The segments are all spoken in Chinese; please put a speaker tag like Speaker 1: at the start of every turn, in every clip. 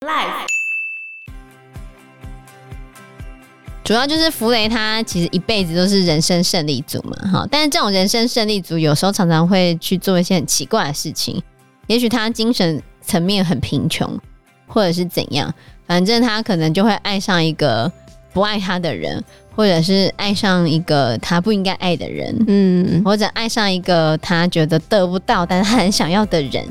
Speaker 1: Life
Speaker 2: 主要就是弗雷他其实一辈子都是人生胜利组嘛，哈，但是这种人生胜利组有时候常常会去做一些很奇怪的事情，也许他精神层面很贫穷，或者是怎样，反正他可能就会爱上一个不爱他的人，或者是爱上一个他不应该爱的人，
Speaker 3: 嗯，
Speaker 2: 或者爱上一个他觉得得不到但是他很想要的人。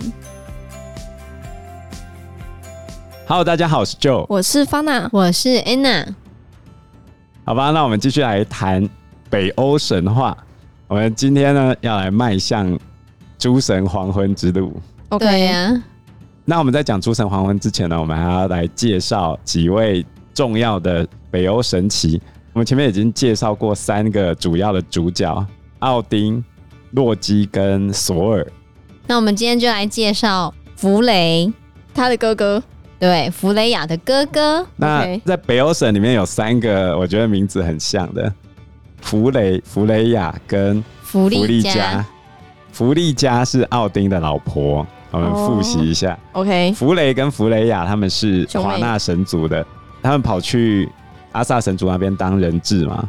Speaker 4: Hello，大家好，我是 Joe。
Speaker 3: 我是方娜，
Speaker 2: 我是哎 Anna，
Speaker 4: 好吧，那我们继续来谈北欧神话。我们今天呢要来迈向诸神黄昏之路。
Speaker 3: OK
Speaker 2: 对呀、
Speaker 4: 那我们在讲诸神黄昏之前呢，我们还要来介绍几位重要的北欧神祇。我们前面已经介绍过三个主要的主角：奥丁、洛基跟索尔。
Speaker 2: 那我们今天就来介绍弗雷，
Speaker 3: 他的哥哥，
Speaker 2: 对，弗雷亚的哥哥。
Speaker 4: 那
Speaker 3: OK
Speaker 4: 在北欧省里面有三个，我觉得名字很像的：弗雷、弗雷亚跟
Speaker 2: 福
Speaker 4: 弗
Speaker 2: 利
Speaker 4: 利
Speaker 2: 家
Speaker 4: 加。弗利加是奥丁的老婆。我们
Speaker 3: 哦
Speaker 4: 复习一下，
Speaker 3: OK，
Speaker 4: 弗雷跟弗雷亚他们是
Speaker 3: 兄妹
Speaker 4: 华纳神族的，他们跑去阿萨神族那边当人质嘛。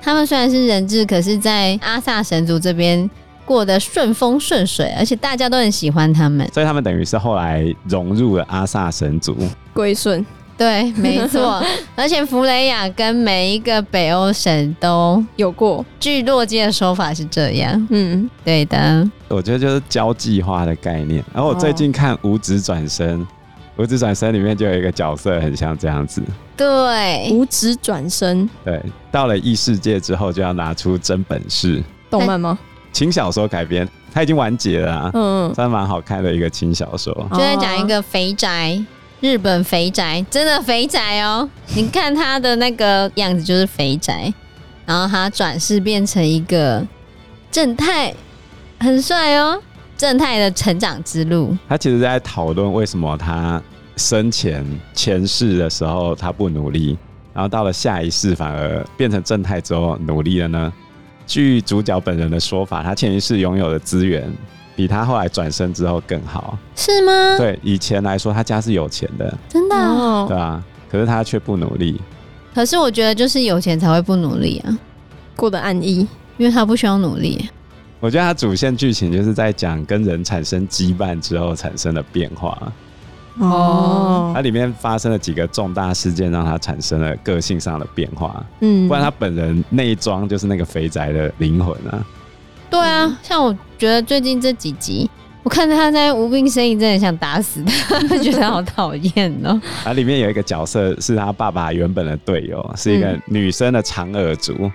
Speaker 2: 他们虽然是人质，可是，在阿萨神族这边过得顺风顺水，而且大家都很喜欢他们。
Speaker 4: 所以他们等于是后来融入了阿萨神族。
Speaker 3: 归顺，
Speaker 2: 对，没错。而且弗雷亚跟每一个北欧神都，
Speaker 3: 有过，
Speaker 2: 据洛基的说法是这样。
Speaker 3: 嗯，
Speaker 2: 对的，
Speaker 4: 我觉得就是交际化的概念。然后我最近看《五指转身》，无指转身》里面就有一个角色很像这样子，
Speaker 2: 对，
Speaker 3: 五指转身，
Speaker 4: 对，到了异世界之后就要拿出真本事。
Speaker 3: 动漫吗？
Speaker 4: 轻小说改编，它已经完结了、啊，
Speaker 3: 嗯， 哦
Speaker 4: 算蛮好看的一个轻小说。
Speaker 2: 就在讲一个肥宅。日本肥宅真的肥宅哦，你看他的那个样子就是肥宅，然后他转世变成一个正太，很帅哦。正太的成长之路，
Speaker 4: 他其实在讨论为什么他生前前世的时候他不努力，然后到了下一世反而变成正太之后努力了呢？据主角本人的说法，他前一世拥有的资源比他后来转身之后更好。
Speaker 2: 是吗？
Speaker 4: 对，以前来说他家是有钱的，
Speaker 2: 真的啊、
Speaker 3: 哦
Speaker 4: 对啊，可是他却不努力。
Speaker 2: 可是我觉得就是有钱才会不努力啊，
Speaker 3: 过得安逸，
Speaker 2: 因为他不需要努力。
Speaker 4: 我觉得它主线剧情就是在讲跟人产生羁绊之后产生的变化。
Speaker 2: 哦
Speaker 4: 它里面发生了几个重大事件，让他产生了个性上的变化。
Speaker 3: 嗯，
Speaker 4: 不然他本人内装就是那个肥宅的灵魂啊。
Speaker 2: 对啊，像我觉得最近这几集，我看他在无病呻吟，真的很想打死他， 觉得好讨厌哦。
Speaker 4: 它里面有一个角色是他爸爸原本的队友，是一个
Speaker 3: 嗯
Speaker 4: 女生的长耳族，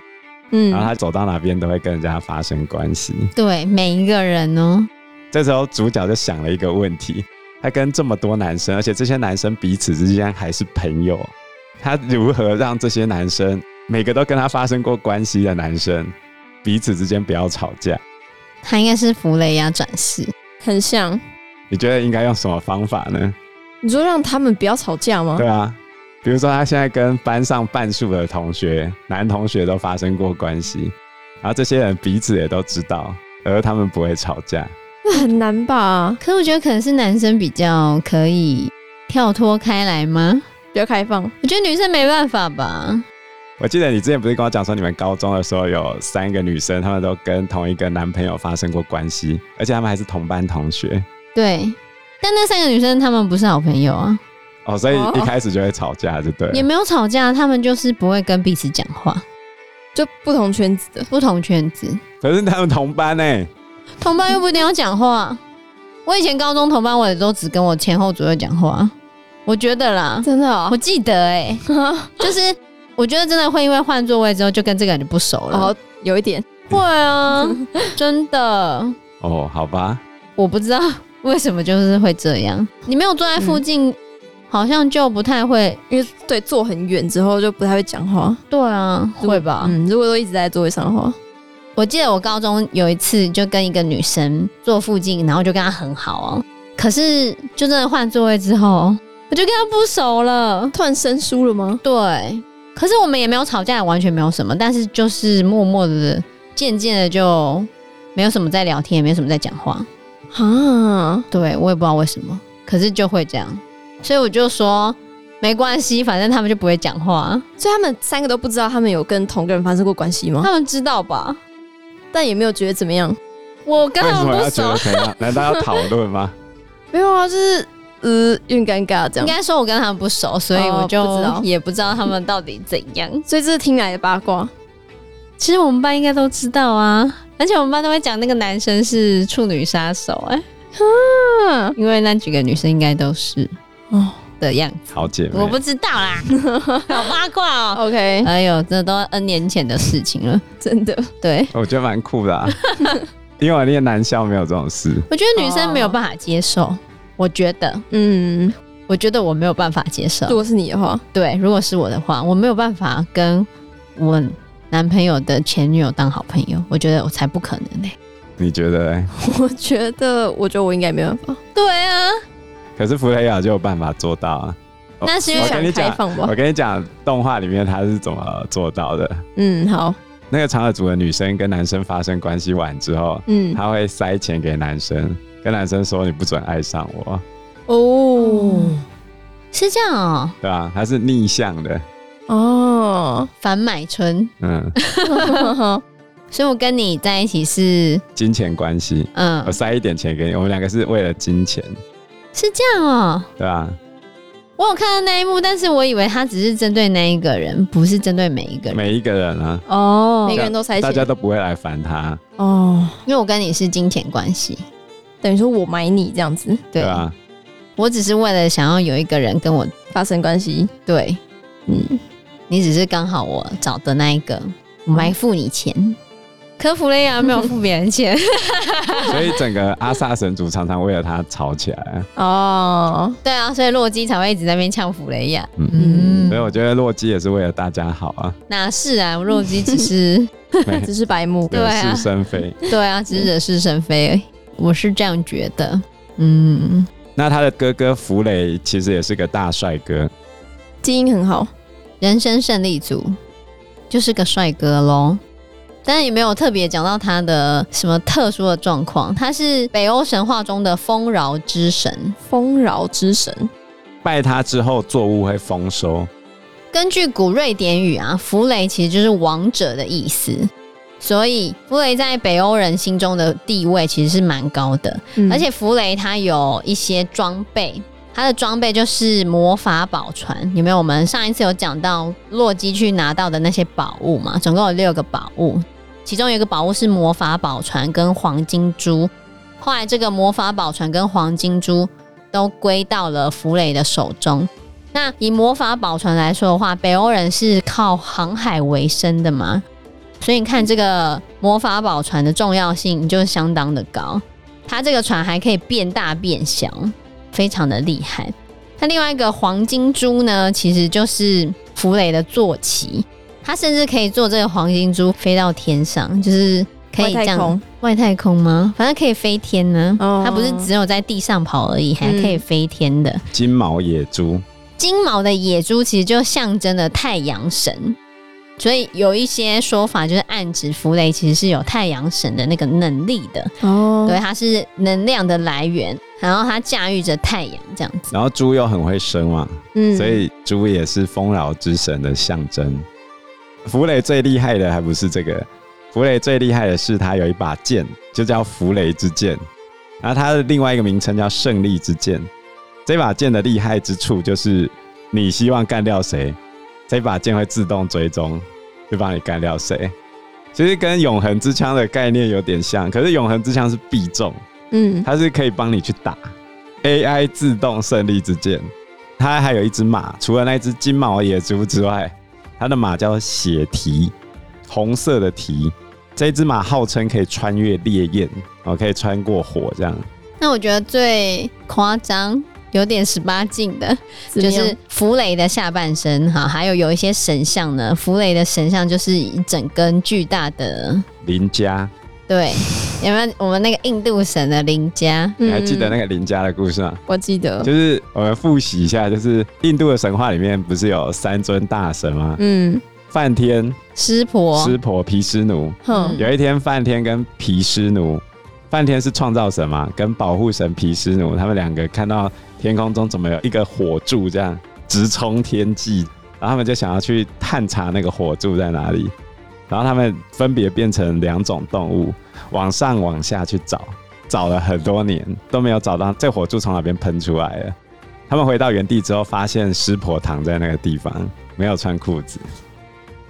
Speaker 3: 嗯
Speaker 4: 然后他走到哪边都会跟人家发生关系。
Speaker 2: 对每一个人哦，
Speaker 4: 这时候主角就想了一个问题：他跟这么多男生，而且这些男生彼此之间还是朋友，他如何让这些男生每个都跟他发生过关系的男生彼此之间不要吵架？
Speaker 2: 他应该是弗雷亚转世，
Speaker 3: 很像，
Speaker 4: 你觉得应该用什么方法呢？
Speaker 3: 你说让他们不要吵架吗？
Speaker 4: 对啊，比如说他现在跟班上半数的同学，男同学都发生过关系，然后这些人彼此也都知道，而他们不会吵架。
Speaker 3: 那很难吧？
Speaker 2: 可是我觉得可能是男生比较可以跳脱开来吗？
Speaker 3: 比较开放，
Speaker 2: 我觉得女生没办法吧。
Speaker 4: 我记得你之前不是跟我讲说，你们高中的时候有三个女生，她们都跟同一个男朋友发生过关系，而且她们还是同班同学
Speaker 2: 对，但那三个女生她们不是好朋友啊，
Speaker 4: 哦，所以
Speaker 3: 哦
Speaker 4: 一开始就会吵架，就对了。
Speaker 2: 也没有吵架，她们就是不会跟彼此讲话，
Speaker 3: 就不同圈子的，
Speaker 2: 不同圈子。
Speaker 4: 可是她们同班欸呢、
Speaker 2: 同伴又不一定要讲话。我以前高中同伴，我也都只跟我前后左右讲话。我觉得啦，
Speaker 3: 真的哦
Speaker 2: 我，记得哎、就是我觉得真的会因为换座位之后就跟这个人就不熟了。
Speaker 3: 哦，有一点，
Speaker 2: 会啊，真的，
Speaker 4: 哦，好吧，
Speaker 2: 我不知道为什么就是会这样。你没有坐在附近，好像就不太会。
Speaker 3: 因为对坐很远之后就不太会讲话，
Speaker 2: 对啊，会吧？
Speaker 3: 嗯，如果都一直在座位上的话，
Speaker 2: 我记得我高中有一次就跟一个女生坐附近，然后就跟她很好哦。可是就真的换座位之后，我就跟她不熟了。
Speaker 3: 突然生疏了吗？
Speaker 2: 对，可是我们也没有吵架，完全没有什么，但是就是默默的、渐渐的就没有什么在聊天，也没有什么在讲话。
Speaker 3: 啊，
Speaker 2: 对我也不知道为什么，可是就会这样。所以我就说没关系，反正他们就不会讲话，
Speaker 3: 所以他们三个都不知道他们有跟同个人发生过关系吗？
Speaker 2: 他们知道吧？
Speaker 3: 但也没有觉得怎么样。
Speaker 2: 我跟
Speaker 4: 为
Speaker 2: 他
Speaker 4: 什
Speaker 2: 们
Speaker 4: 么要
Speaker 2: 不
Speaker 4: 觉
Speaker 2: 熟
Speaker 4: 得，怎样？难道要讨 论吗？
Speaker 3: 没有啊，就是呃，有点尴尬这
Speaker 2: 应
Speaker 3: 样。
Speaker 2: 该说我跟他们不熟，所以我就
Speaker 3: 哦不知道
Speaker 2: 也不知道他们到底怎样。
Speaker 3: 所以这是听来的八卦，
Speaker 2: 其实我们班应该都知道啊，而且我们班都会讲那个男生是处女杀手、哎，
Speaker 3: 嗯，
Speaker 2: 因为那几个女生应该都是
Speaker 3: 哦
Speaker 2: 的样子，
Speaker 4: 好姐妹，
Speaker 2: 我不知道啦，好八卦哦。
Speaker 3: ，OK，
Speaker 2: 哎呦，这都 N 年前的事情了。
Speaker 3: 真的，
Speaker 2: 对，
Speaker 4: 我觉得蛮 酷的、啊，因为我念男校没有这种事。
Speaker 2: 我觉得女生没有办法接受，我觉得，
Speaker 3: 嗯，
Speaker 2: 我觉得我没有办法接受
Speaker 3: 如。果是你的话，
Speaker 2: 对，如果是我的话，我没有办法跟我男朋友的前女友当好朋友，我觉得我才不可能嘞、欸
Speaker 4: 你觉得、欸？
Speaker 3: 我觉得，我觉得我应该没办法，
Speaker 2: 对啊，
Speaker 4: 可是弗雷雅就有办法做到啊。哦
Speaker 2: 那是因为
Speaker 4: 我跟你
Speaker 3: 想开
Speaker 4: 讲，
Speaker 3: 放吧
Speaker 4: 我。跟你讲，动画里面他是怎么做到的。
Speaker 3: 嗯，好，
Speaker 4: 那个长耳族的女生跟男生发生关系完之后，
Speaker 3: 嗯，
Speaker 4: 她会塞钱给男生，跟男生说你不准爱上我，
Speaker 3: 哦，
Speaker 2: 是这样哦、
Speaker 4: 对吧、啊？她是逆向的，
Speaker 3: 哦，
Speaker 2: 反买春，
Speaker 4: 嗯，
Speaker 2: 所以我跟你在一起是，
Speaker 4: 金钱关系。
Speaker 2: 嗯
Speaker 4: 我，塞一点钱给你，我们两个是为了金钱，
Speaker 2: 是这样哦、
Speaker 4: 对吧、
Speaker 2: 我有看到那一幕，但是我以为他只是针对那一个人，不是针对每一个人。
Speaker 4: 每一个人啊，
Speaker 2: 哦
Speaker 3: 每个人都塞
Speaker 4: 大家
Speaker 3: 钱，
Speaker 4: 都不会来烦他，
Speaker 3: 哦，
Speaker 2: 因为我跟你是金钱关系，
Speaker 3: 等于说我买你这样子
Speaker 2: 对
Speaker 4: 对吧、啊？
Speaker 2: 我只是为了想要有一个人跟我
Speaker 3: 发生关系，
Speaker 2: 对
Speaker 3: 嗯，
Speaker 2: 你只是刚好我找的那一个，我还付你钱。可嗯弗雷亚没有付别人钱，
Speaker 4: 所以整个阿萨神族常常为了他吵起来，
Speaker 3: 哦，
Speaker 2: 对啊，所以洛基才会一直在那边呛弗雷亚。
Speaker 4: 嗯所以
Speaker 2: 嗯，
Speaker 4: 我觉得洛基也是为了大家好啊，
Speaker 2: 哪是啊，洛基只 是
Speaker 4: 没
Speaker 3: 只是白目，
Speaker 2: 对啊
Speaker 4: 惹是生非。
Speaker 2: 对啊，只是惹是生非而已。我是这样觉得。嗯，
Speaker 4: 那他的哥哥弗雷其实也是个大帅哥，
Speaker 3: 基因很好，
Speaker 2: 人生胜利组就是个帅哥喽。但也没有特别讲到他的什么特殊的状况，他是北欧神话中的丰饶之神。
Speaker 3: 丰饶之神，
Speaker 4: 拜他之后作物会丰收，
Speaker 2: 根据古瑞典语啊，弗雷其实就是王者的意思，所以弗雷在北欧人心中的地位其实是蛮高的。
Speaker 3: 嗯
Speaker 2: 而且弗雷他有一些装备，他的装备就是魔法宝船。有没有？我们上一次有讲到洛基去拿到的那些宝物嘛，总共有六个宝物，其中有一个宝物是魔法宝船跟黄金珠。后来这个魔法宝船跟黄金珠都归到了弗雷的手中。那以魔法宝船来说的话，北欧人是靠航海为生的嘛，所以你看这个魔法宝船的重要性就相当的高。它这个船还可以变大变小，非常的厉害。它另外一个黄金珠呢，其实就是弗雷的坐骑，它甚至可以坐这个黄金珠飞到天上，就是可以这
Speaker 3: 外太
Speaker 2: 样
Speaker 3: 空，
Speaker 2: 外太空吗？反正可以飞天呢、
Speaker 3: 哦嗯
Speaker 2: 它不是只有在地上跑而已，还可以飞天的。
Speaker 4: 金毛野猪，
Speaker 2: 金毛的野猪其实就象征了太阳神，所以有一些说法就是暗指弗雷其实是有太阳神的那个能力的。
Speaker 3: 哦，
Speaker 2: 对，，它是能量的来源，然后它驾驭着太阳这样子。
Speaker 4: 然后猪又很会生嘛，
Speaker 3: 嗯
Speaker 4: 所以猪也是丰饶之神的象征。弗雷最厉害的还不是这个，弗雷最厉害的是他有一把剑，就叫弗雷之剑，然后它的另外一个名称叫胜利之剑。这把剑的厉害之处就是，你希望干掉谁，这把剑会自动追踪，就帮你干掉谁。其实跟永恒之枪的概念有点像，可是永恒之枪是必中，
Speaker 3: 嗯，
Speaker 4: 它是可以帮你去打 AI 自动胜利之剑。它还有一只马，除了那只金毛野猪之外，它的马叫血蹄，红色的蹄。这只马号称可以穿越烈焰，哦，可以穿过火这样。
Speaker 2: 那我觉得最夸张。有点十八禁的，
Speaker 3: 怎
Speaker 2: 就
Speaker 3: 么样
Speaker 2: 是弗雷的下半身哈，还有有一些神像呢。弗雷的神像就是一整根巨大的，
Speaker 4: 林家，
Speaker 2: 对，有没有？我们那个印度神的邻家，
Speaker 4: 你还记得那
Speaker 3: 个？
Speaker 4: 个林家的故事吗？
Speaker 3: 嗯我记得，
Speaker 4: 就是我们复习一下，就是印度的神话里面不是有三尊大神吗？
Speaker 3: 嗯，
Speaker 4: 梵天、
Speaker 2: 湿婆，
Speaker 4: 湿婆、毗湿奴。
Speaker 3: 哼
Speaker 2: 嗯，
Speaker 4: 有一天，梵天跟毗湿奴梵天是创造神嘛，跟保护神毗湿奴，他们两个看到天空中怎么有一个火柱这样直冲天际，然后他们就想要去探查那个火柱在哪里，然后他们分别变成两种动物，往上往下去找，找了很多年都没有找到这火柱从哪边喷出来了。他们回到原地之后，发现湿婆躺在那个地方，没有穿裤子，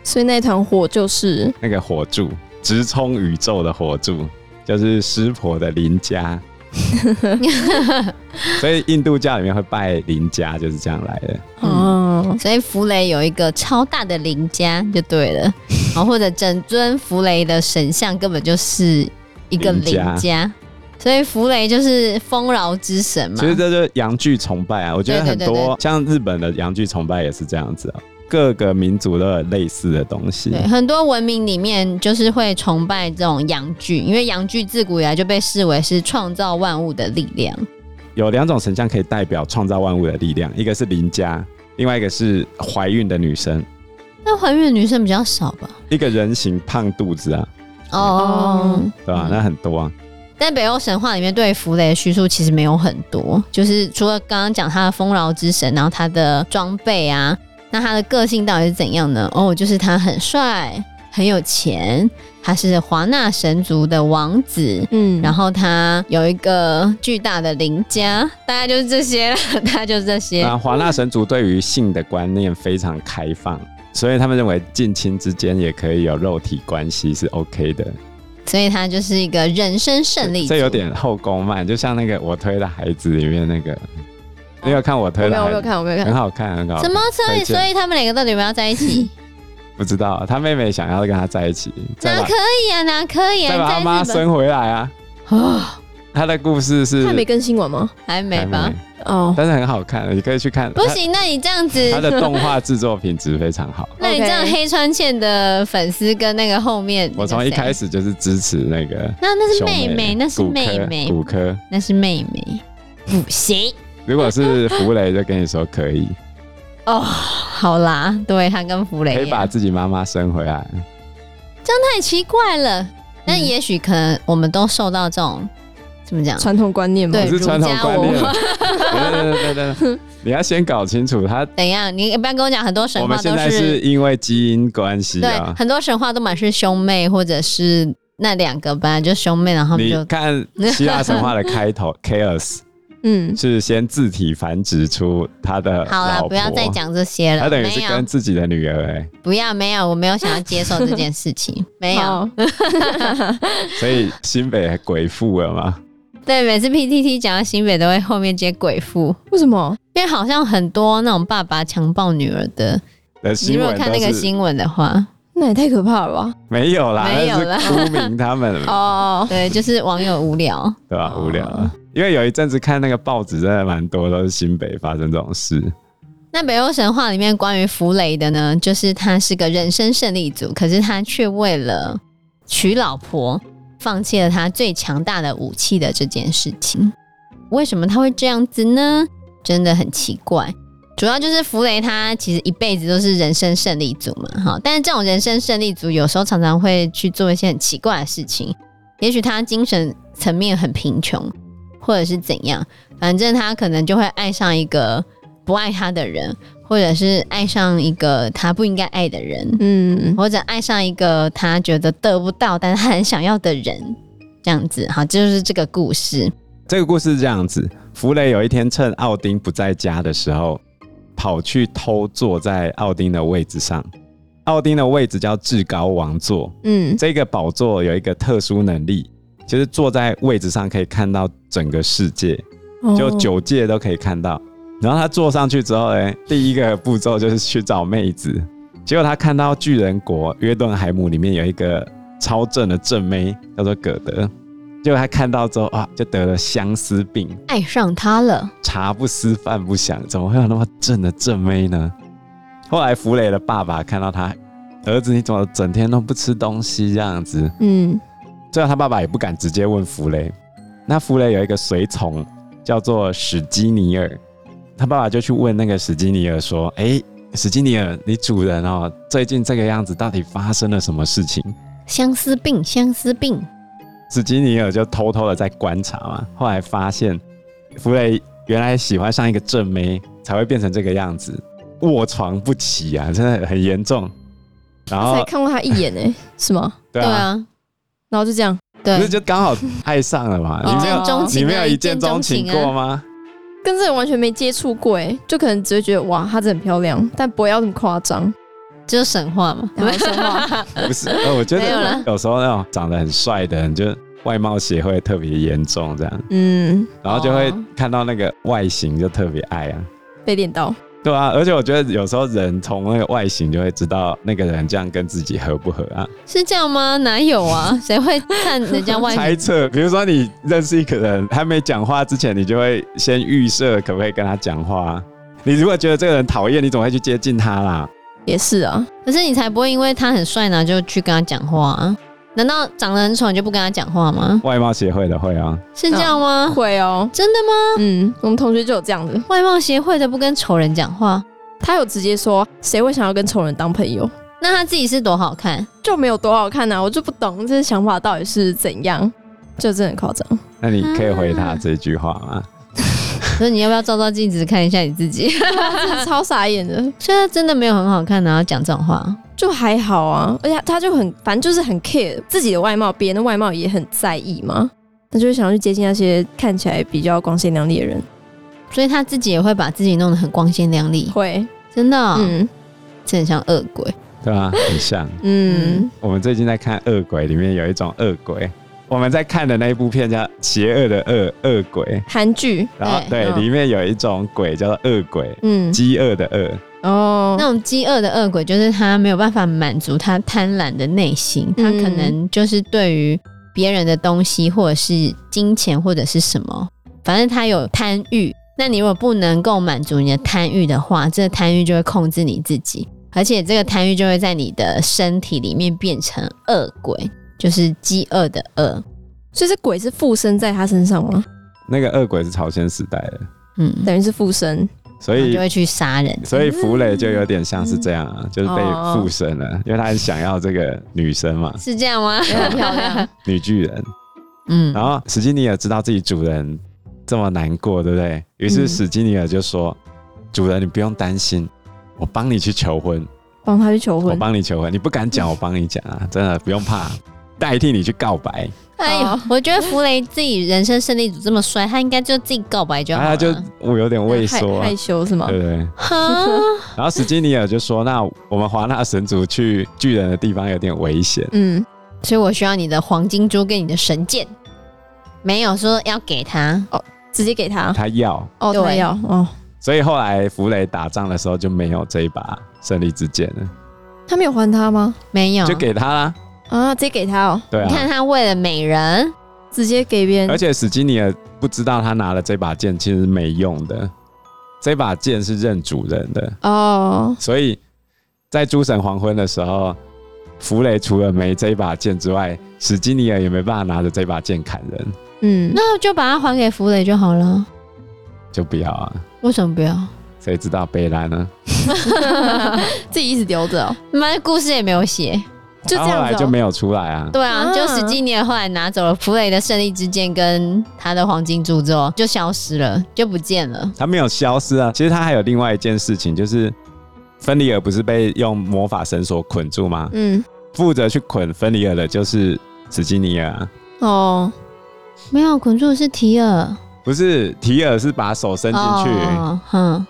Speaker 3: 所以那一团火就是
Speaker 4: 那个火柱直冲宇宙的火柱，就是湿婆的邻家。 所以印度教里面会拜邻家，就是这样来的。
Speaker 3: 哦，
Speaker 2: 所以弗雷有一个超大的邻家就对 了，然后或者整尊弗雷的神像根本就是一个
Speaker 4: 邻
Speaker 2: 邻
Speaker 4: 家
Speaker 2: 家，所以弗雷就是丰饶之神嘛。
Speaker 4: 其实这就是洋剧崇拜啊，我觉得很
Speaker 2: 对对对
Speaker 4: 多像日本的洋剧崇拜也是这样子啊，各个民族都有类似的东西
Speaker 2: 对，。很多文明里面就是会崇拜这种阳具，因为阳具自古以来就被视为是创造万物的力量。
Speaker 4: 有两种神像可以代表创造万物的力量，一个是邻家，另外一个是怀孕的女生，
Speaker 2: 那怀孕的女生比较少吧？
Speaker 4: 一个人形胖肚子啊，
Speaker 2: 哦，
Speaker 4: 对吧、
Speaker 2: 嗯
Speaker 4: 那很多啊，
Speaker 2: 但北欧神话里面对弗雷的叙述其实没有很多，就是除了刚刚讲他的丰饶之神，然后他的装备啊，那他的个性到底是怎样呢？哦，就是他很帅，很有钱，他是华纳神族的王子。
Speaker 3: 嗯，
Speaker 2: 然
Speaker 3: 后
Speaker 2: 后他有一个巨大的邻家，大概就是这些啦， 大概就是这些。
Speaker 4: 那呃华纳神族对于性的观念非常开放，所以他们认为近亲之间也可以有肉体关系是 OK 的。
Speaker 2: 所以他就是一个人生胜利组。
Speaker 4: 这有点后宫漫，就像那个我推的孩子里面那个，你有看我
Speaker 3: 我
Speaker 4: 推
Speaker 3: 没
Speaker 4: 的
Speaker 3: 有我没
Speaker 4: 孩
Speaker 3: 有
Speaker 4: 子？
Speaker 3: 看，我没有
Speaker 4: 很
Speaker 3: 看，
Speaker 4: 好看，很好看。
Speaker 2: 什么？所以
Speaker 4: 推荐
Speaker 2: 所以他们两个到底有没有在一起？
Speaker 4: 不知道，他妹妹想要跟他在一起， 再
Speaker 2: 哪
Speaker 4: 把
Speaker 2: 可以啊，哪可以
Speaker 4: 再把
Speaker 2: 啊？
Speaker 4: 他
Speaker 2: 你
Speaker 4: 妈
Speaker 2: 在日
Speaker 4: 生回来啊！
Speaker 2: 本啊，
Speaker 4: 他的故事是
Speaker 3: 他没更新完吗？
Speaker 2: 还没吧？
Speaker 3: 哦，
Speaker 4: 但是很好看，你可以去看。啊
Speaker 2: 不行，那你这样子
Speaker 4: 他，，他的动画制作品质非常好。
Speaker 2: 那你
Speaker 3: OK
Speaker 2: 这样黑川茜的粉丝跟那个后面，
Speaker 4: 我从一开
Speaker 2: 始，
Speaker 4: 始就是支持那个
Speaker 2: 那那是
Speaker 4: 兄
Speaker 2: 妹妹，那是
Speaker 4: 骨科
Speaker 2: 妹妹，
Speaker 4: 骨科。
Speaker 2: 那是妹妹，不行
Speaker 4: 如果是弗雷，就跟你说可以，
Speaker 2: 哦。好啦，对他跟弗
Speaker 4: 可
Speaker 2: 雷
Speaker 4: 以
Speaker 2: 一
Speaker 4: 把
Speaker 2: 样
Speaker 4: 自己妈妈生回来。
Speaker 2: 太奇怪了。那
Speaker 4: 嗯
Speaker 2: 也许可能我们都受到这种怎么讲？
Speaker 3: 传统观念嘛，
Speaker 2: 对
Speaker 4: 不是传统观念。
Speaker 2: 儒
Speaker 4: 对对对对对，你要先搞清楚他。
Speaker 2: 怎样？你不要跟我讲很多神
Speaker 4: 我
Speaker 2: 话
Speaker 4: 们
Speaker 2: 都
Speaker 4: 现在是因为基因关系
Speaker 2: 对
Speaker 4: 啊，。
Speaker 2: 很多神话都满是兄妹，或者是那两个本来就兄妹，然后他们
Speaker 4: 你
Speaker 2: 就
Speaker 4: 看希腊神话的开头，Chaos
Speaker 3: 嗯，
Speaker 4: 是先自体繁殖出他的
Speaker 2: 好了
Speaker 4: 老，婆，
Speaker 2: 不要再讲这些
Speaker 4: 他
Speaker 2: 了。
Speaker 4: 等于
Speaker 2: 没
Speaker 4: 是
Speaker 2: 有
Speaker 4: 跟，自己的女儿哎、
Speaker 2: 不要，没有，我没有想要接受这件事情，没有。
Speaker 3: 好，
Speaker 4: 所以新北鬼父了嘛，
Speaker 2: 对，每次 PTT 讲到新北都会后面接鬼父，
Speaker 3: 为什么？
Speaker 2: 因为好像很多那种爸爸强暴女儿的，
Speaker 4: 的
Speaker 2: 你
Speaker 4: 新
Speaker 2: 如果
Speaker 4: 闻
Speaker 2: 看那
Speaker 4: 都
Speaker 2: 个
Speaker 4: 是
Speaker 2: 新闻的话，
Speaker 3: 那也太可怕了吧！
Speaker 4: 没有啦，
Speaker 2: 没有啦
Speaker 4: 那是污名他们，
Speaker 3: 哦，
Speaker 2: 对，就是网友无聊。
Speaker 4: 对吧？无聊啊，因为有一阵子看那个报纸，真的蛮多都是新北发生这种事，
Speaker 2: 那北欧神话里面关于弗雷的呢，就是他是个人生胜利组，可是他却为了娶老婆，放弃了他最强大的武器的这件事情。为什么他会这样子呢？真的很奇怪。主要就是弗雷他其实一辈子都是人生胜利组嘛，哈，但是这种人生胜利组有时候常常会去做一些很奇怪的事情，也许他精神层面很贫穷，或者是怎样，反正他可能就会爱上一个不爱他的人，或者是爱上一个他不应该爱的人，
Speaker 3: 嗯，
Speaker 2: 或者爱上一个他觉得得不到但是他很想要的人，这样子好，这就是这个故事。
Speaker 4: 这个故事是这样子：弗雷有一天趁奥丁不在家的时候，跑去偷坐在奥丁的位置上。奥丁的位置叫至高王座，
Speaker 3: 嗯，
Speaker 4: 这个宝座有一个特殊能力，就是坐在位置上可以看到整个世界，就
Speaker 3: 哦，
Speaker 4: 九界都可以看到。然后他坐上去之后呢，第一个步骤就是去找妹子。结果他看到巨人国约顿海姆里面有一个超正的正妹，叫做葛德。结果他看到之后啊，就得了相思病，
Speaker 2: 爱上他了，
Speaker 4: 茶不思饭不想，怎么会有那么正的正妹呢？后来弗雷的爸爸看到他儿子，你怎么整天都不吃东西这样子？
Speaker 3: 嗯，
Speaker 4: 最后他爸爸也不敢直接问弗雷。那弗雷有一个随从叫做史基尼尔，他爸爸就去问那个史基尼尔说：“诶，史基尼尔，你主人哦，最近这个样子到底发生了什么事情
Speaker 2: 相思病，相思病。？”
Speaker 4: 史基尼尔就偷偷的在观察嘛，后来发现弗雷原来喜欢上一个正妹才会变成这个样子，卧床不起啊，真的很严重。然
Speaker 3: 才
Speaker 4: 后
Speaker 3: 看过他一眼 哎、是吗？
Speaker 4: 对
Speaker 2: 对
Speaker 4: 啊，
Speaker 2: 啊，
Speaker 3: 然后就这样，
Speaker 2: 对，
Speaker 4: 不是就刚好爱上了嘛？
Speaker 2: 一
Speaker 4: 你没
Speaker 2: 见
Speaker 4: 有
Speaker 2: 钟情啊，
Speaker 4: 你没有一见钟
Speaker 2: 钟
Speaker 4: 情
Speaker 2: 啊
Speaker 4: 过吗？
Speaker 3: 跟这个完全没接触过哎、就可能只会觉得哇，她真的很漂亮，但不会要那么夸张。
Speaker 2: 就是神话嘛，
Speaker 3: 然后说话，
Speaker 4: 不是，呃我觉
Speaker 2: 没有啦
Speaker 4: 得有时候那种长得很帅的人，就外貌协会特别严重这样，
Speaker 3: 嗯，
Speaker 4: 然后就会
Speaker 3: 哦
Speaker 4: 看到那个外形就特别爱啊。
Speaker 3: 被练到，
Speaker 4: 对啊，而且我觉得有时候人从那个外形就会知道那个人这样跟自己合不合啊。
Speaker 2: 是这样吗？哪有 啊？谁会看人家外
Speaker 4: 猜
Speaker 2: 形？
Speaker 4: 测，比如说你认识一个人，还没讲话之前，你就会先预设可不可以跟他讲话啊。你如果觉得这个人讨厌，你总会去接近他啦。
Speaker 3: 也是啊，
Speaker 2: 可是你才不会因为他很帅呢就去跟他讲话啊？难道长得很丑你就不跟他讲话吗？
Speaker 4: 外貌协会的会啊，
Speaker 2: 是这样吗？
Speaker 3: 会哦。
Speaker 2: 真的吗？
Speaker 3: 嗯，我们同学就有这样的，
Speaker 2: 外貌协会的不跟丑人讲话，
Speaker 3: 他有直接说谁会想要跟丑人当朋友，
Speaker 2: 那他自己是多好看？
Speaker 3: 就没有多好看啊，我就不懂这些想法到底是怎样，就真的很夸 张。
Speaker 4: 那你可以回
Speaker 2: 啊
Speaker 4: 他这句话吗？
Speaker 2: 所以你要不要照照镜子看一下你自己？
Speaker 3: 真的超傻眼的，
Speaker 2: 所以他真的没有很好看，然后讲这种话。
Speaker 3: 就还好啊，而且他就很，反正就是很 care 自己的外貌，别人的外貌也很在意嘛，那就是想要去接近那些看起来比较光鲜亮丽的人。
Speaker 2: 所以他自己也会把自己弄得很光鲜亮丽，
Speaker 3: 会，
Speaker 2: 真的哦、
Speaker 3: 嗯
Speaker 2: 这很像恶鬼。
Speaker 4: 对啊，很像。
Speaker 3: 嗯，
Speaker 4: 我们最近在看《恶鬼》，里面有一种恶鬼，我们在看的那一部片叫《邪恶的恶恶鬼》，
Speaker 3: 韩剧，
Speaker 4: 然后
Speaker 2: 对
Speaker 4: 对，
Speaker 3: 嗯
Speaker 4: 里面有一种鬼叫做恶鬼，
Speaker 3: 嗯，
Speaker 4: 饥饿的饿。
Speaker 3: 哦，
Speaker 2: 那种饥饿的恶鬼，就是他没有办法满足他贪婪的内心，他
Speaker 3: 嗯
Speaker 2: 可能就是对于别人的东西，或者是金钱，或者是什么，反正他有贪欲。那你如果不能够满足你的贪欲的话，这个贪欲就会控制你自己，而且这个贪欲就会在你的身体里面变成恶鬼，就是饥饿的恶。
Speaker 3: 所以这鬼是附身在他身上吗？
Speaker 4: 那个恶鬼是朝鲜时代的，
Speaker 2: 嗯，
Speaker 3: 等于是附身，
Speaker 4: 所
Speaker 2: 然后
Speaker 4: 以
Speaker 2: 嗯
Speaker 4: 嗯
Speaker 2: 就会去杀人。
Speaker 4: 所以弗雷就有点像是这样啊，就是被
Speaker 3: 哦
Speaker 4: 附身了，因为他很想要这个女生嘛，
Speaker 2: 是这样吗？
Speaker 3: 很漂亮，
Speaker 4: 女巨人。
Speaker 2: 嗯，
Speaker 4: 然后史基尼尔知道自己主人这么难过，对不对？于是
Speaker 3: 嗯
Speaker 4: 史基尼尔就说：“主人，你不用担心，我帮你去求婚，
Speaker 3: 帮他去求
Speaker 4: 我
Speaker 3: 婚。
Speaker 4: 帮你求婚，你不敢 讲，我帮你讲啊，真的不用怕，代替你去告白。”
Speaker 2: 哎呦
Speaker 3: 哦，
Speaker 2: 我觉得弗雷自己人生胜利组这么帅，他应该就自己告白就好啊
Speaker 4: 然
Speaker 2: 了。
Speaker 4: 后他啊就我有点畏缩啊
Speaker 3: 害害，羞是吗？
Speaker 4: 对不对？
Speaker 2: 哈，
Speaker 4: 然后史基尼尔就说：“那我们华纳神族去巨人的地方有点危险。”
Speaker 3: 嗯，
Speaker 2: 所以我需要你的黄金珠跟你的神剑。没有说要给他，
Speaker 3: 直接给
Speaker 2: 啊
Speaker 3: 他。
Speaker 4: 他要，
Speaker 3: 哦，
Speaker 2: 对
Speaker 3: 他要哦，
Speaker 4: 所以后来弗雷打仗的时候就没有这一把胜利之剑了，
Speaker 3: 他没有还他吗？
Speaker 2: 没有。
Speaker 4: 就给他啦。
Speaker 3: 啊，直接给他哦，
Speaker 4: 对
Speaker 2: 你看
Speaker 4: 啊，
Speaker 2: 他为了美人，
Speaker 3: 直接给别人。
Speaker 4: 而且史基尼尔不知道他拿了这把剑其实没用的，这把剑是认主人的，
Speaker 3: 哦，
Speaker 4: 所以在诸神黄昏的时候，弗雷除了没这把剑之外，史基尼尔也没办法拿着这把剑砍人，
Speaker 3: 嗯，
Speaker 2: 那就把它还给弗雷就好了。
Speaker 4: 就不要啊，
Speaker 2: 为什么不要？
Speaker 4: 谁知道贝拉呢？
Speaker 3: 自己一直留着哦，
Speaker 2: 妈，故事也没有写。
Speaker 3: 就这
Speaker 4: 他后
Speaker 3: 样
Speaker 4: 来
Speaker 3: 子、
Speaker 4: 就
Speaker 3: 哦。
Speaker 4: 没有出来啊。
Speaker 2: 对啊，
Speaker 3: 啊
Speaker 2: 就史基尼尔后来拿走了弗雷的胜利之剑跟他的黄金珠之后，就消失了，就不见了。
Speaker 4: 他没有消失啊。其实他还有另外一件事情，就是芬里尔不是被用魔法绳索捆住吗？
Speaker 3: 嗯，
Speaker 4: 负责去捆芬里尔的就是史基尼尔、啊，
Speaker 3: 哦，
Speaker 2: 没有，捆住的是提尔。
Speaker 4: 不是提尔是把手伸进去，
Speaker 2: 哦，哼，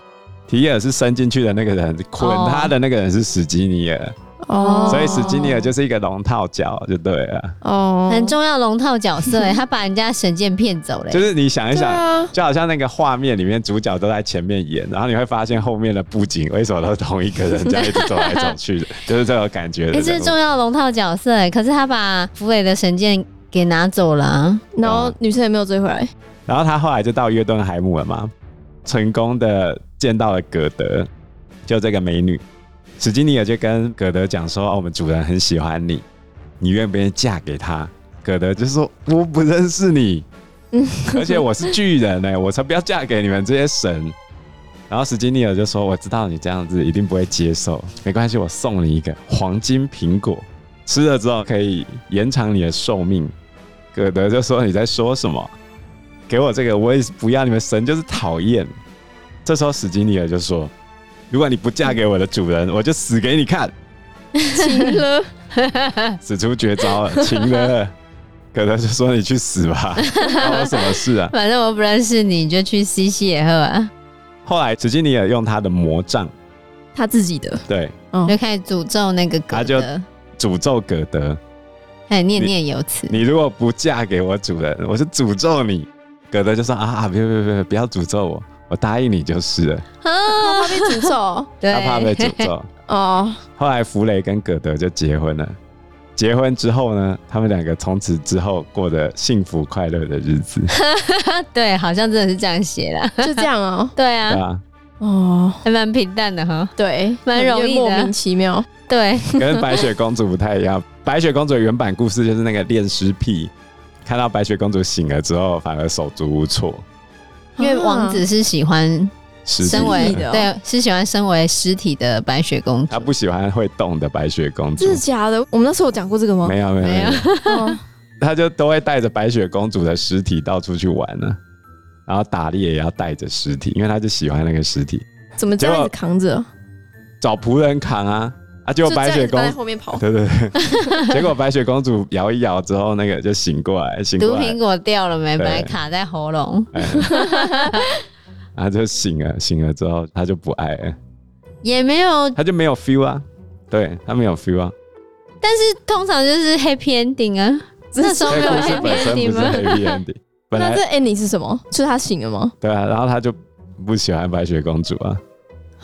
Speaker 4: 提尔是伸进去的那个人，捆
Speaker 2: 哦
Speaker 4: 他的那个人是史基尼尔，
Speaker 3: 哦，
Speaker 4: 所以史基尼尔就是一个龙套脚就对了。
Speaker 3: 哦，
Speaker 2: 很重要龙套角色哎，他把人家神剑骗走嘞
Speaker 4: 哦就。是你想一
Speaker 3: 对
Speaker 4: 想。
Speaker 3: 啊，
Speaker 4: 就好像那个画面里面，主角都在前面演，然后你会发现后面的布景为什么都是同一个人这样一直走来走 去的，就是这种感觉的
Speaker 2: 哎，
Speaker 4: 人物。
Speaker 2: 这是重要龙套角色哎，可是他把弗雷的神剑给拿走了啊。
Speaker 3: 然后女生也没有追回 来，
Speaker 4: 然后他后来就到约顿海姆了嘛，成功的见到了葛德，就这个美女。史基尼尔就跟葛德讲说：“哦，我们主人很喜欢你，你愿不愿意嫁给他？”葛德就说：“我不认识你，
Speaker 3: 嗯
Speaker 4: 而且我是巨人呢、欸我才不要嫁给你们这些神。”然后史基尼尔就说：“我知道你这样子一定不会接受，没关系，我送你一个黄金苹果，吃了之后可以延长你的寿命。”葛德就说：“你在说什么？给我这个，我也是不要你们神，就是讨厌。”这时候史基尼尔就说：“如果你不嫁给我的主人，我就死给你看。
Speaker 3: 亲了，”
Speaker 4: 使出绝招了，情了。葛德就说：“你去死吧，关我什么事啊
Speaker 2: 反正我不认识你，你就去西西也喝啊，？”
Speaker 4: 后来史基尼尔用他的魔杖，
Speaker 3: 他自己的
Speaker 4: 对，
Speaker 2: 就开始诅咒那个
Speaker 4: 他
Speaker 2: 葛
Speaker 4: 就
Speaker 2: 德，
Speaker 4: 诅咒葛德
Speaker 2: 还有念念有词。
Speaker 4: 你如果不嫁给我主人，我是诅咒你。葛德就说啊啊，别别别，不要诅咒我，我答应你就是了。
Speaker 3: 他怕被诅咒
Speaker 2: 啊对，
Speaker 4: 他怕被诅咒。
Speaker 3: 哦，
Speaker 4: 后来弗雷跟葛德就结婚了。结婚之后呢，他们两个从此之后过着幸福快乐的日子，
Speaker 2: 对，好像真的是这样写啦。
Speaker 3: 就这样哦，
Speaker 2: 对
Speaker 4: 对
Speaker 2: 啊，
Speaker 4: 吧、啊？
Speaker 3: 哦，
Speaker 2: 还蛮平淡的哈。
Speaker 3: 对，
Speaker 2: 蛮容易的
Speaker 3: 莫名其妙，
Speaker 2: 对，
Speaker 4: 跟白雪公主不太一样。白雪公主的原版故事就是那个恋尸癖，看到白雪公主醒了之后，反而手足无措，
Speaker 2: 因为王子是喜欢
Speaker 4: 失
Speaker 2: 身
Speaker 4: 足
Speaker 2: 为
Speaker 3: 是的
Speaker 2: 对，是喜欢身为尸体的白雪公主
Speaker 4: 他。不喜欢会动的白雪公主
Speaker 3: 真的。假的？我们那时候有讲过这个吗？
Speaker 4: 没有没有没
Speaker 2: 没有
Speaker 4: 有，
Speaker 3: 哦
Speaker 4: 他就都会带着白雪公主的尸体到处去玩呢、然后打猎也要带着尸体，因为他就喜欢那个尸体，
Speaker 3: 怎么这样子扛着？
Speaker 4: 找仆人扛啊啊！结果
Speaker 3: 就
Speaker 4: 白
Speaker 3: 这样
Speaker 4: 雪
Speaker 3: 一直搬
Speaker 4: 公
Speaker 3: 在后面跑，
Speaker 4: 对 对对， 结果白雪公主摇一摇之后，那个就醒过来，醒
Speaker 2: 毒
Speaker 4: 过来
Speaker 2: 苹，果掉了没？
Speaker 4: 对
Speaker 2: 本来卡在喉咙。
Speaker 4: 哎然后就醒了，醒了之后他就不爱了，
Speaker 2: 也没有，
Speaker 4: 他就没有 feel 啊，对他没有 feel 啊，
Speaker 2: 但是通常就是 happy ending 啊。那时候
Speaker 4: 那
Speaker 2: 没有
Speaker 4: 个故事
Speaker 2: happy
Speaker 4: 本身不
Speaker 2: ending
Speaker 4: 是
Speaker 2: 吗？
Speaker 4: happy ending，本
Speaker 3: 那
Speaker 4: 来
Speaker 3: 这 ending 是什么？就是他醒了吗？
Speaker 4: 对啊，然后他就不喜欢白雪公主啊，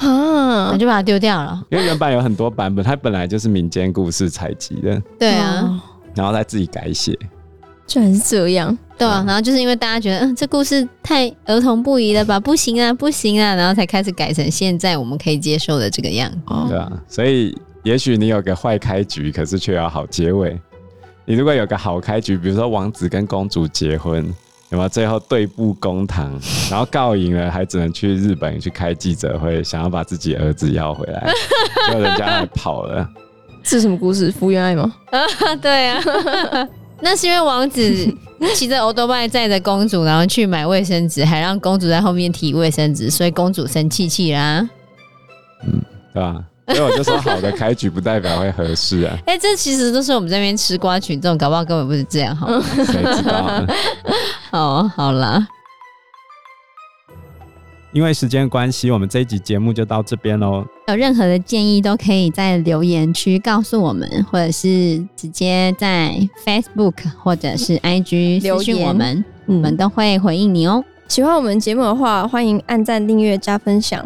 Speaker 3: 啊
Speaker 2: 我，就把它丢掉了。
Speaker 4: 因为原版有很多版本，它本来就是民间故事采集的，
Speaker 2: 对啊，
Speaker 3: 哦，
Speaker 4: 然后再自己改写。
Speaker 3: 居然是这样，
Speaker 2: 对啊，然后就是因为大家觉得，嗯，这故事太儿童不宜了吧？不行啊，不行啊，然后才开始改成现在我们可以接受的这个样子。
Speaker 3: 哦
Speaker 4: 对，啊，所以也许你有个坏开局，可是却有好结尾。你如果有个好开局，比如说王子跟公主结婚，有没有？最后对簿公堂， 然后告赢了，还只能去日本去开记者会，想要把自己儿子要回来，结果人家还跑了。
Speaker 3: 这是什么故事？福原爱吗？
Speaker 2: 啊， 对啊， 那是因为王子 骑着欧多拜载着公主，然后去买卫生纸，还让公主在后面提卫生纸，所以公主生气气啦。
Speaker 4: 对吧？所以我就说，好的开局不代表会合适啊，
Speaker 2: 哎、这其实都是我们这边吃瓜群众，搞不好根本不是这样，好吗，
Speaker 4: 谁知道、啊？
Speaker 2: 哦，好啦，
Speaker 4: 因为时间关系，我们这一集节目就到这边喽。
Speaker 2: 有任何的建议都可以在留言区告诉我们，或者是直接在 Facebook 或者是 IG
Speaker 3: 嗯留
Speaker 2: 私讯
Speaker 3: 言
Speaker 2: 我们，我
Speaker 3: 嗯
Speaker 2: 们都会回应你哦。
Speaker 3: 喜欢我们节目的话，欢迎按赞、订阅、加分享。